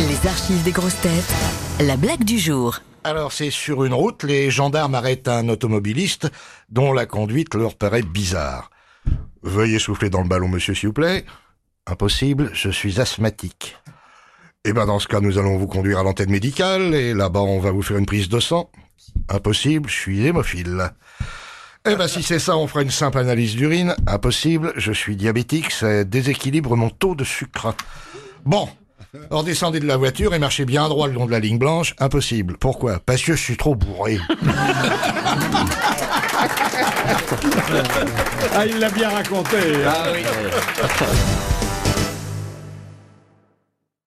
Les archives des grosses têtes, la blague du jour. Alors c'est sur une route, les gendarmes arrêtent un automobiliste dont la conduite leur paraît bizarre. Veuillez souffler dans le ballon, monsieur, s'il vous plaît. Impossible, je suis asthmatique. Eh ben dans ce cas, nous allons vous conduire à l'antenne médicale et là-bas on va vous faire une prise de sang. Impossible, je suis hémophile. Eh ben si c'est ça, on fera une simple analyse d'urine. Impossible, je suis diabétique, ça déséquilibre mon taux de sucre. Bon, alors descendez de la voiture et marchez bien droit le long de la ligne blanche. Impossible. Pourquoi Parce que je suis trop bourré. Ah, il l'a bien raconté. hein.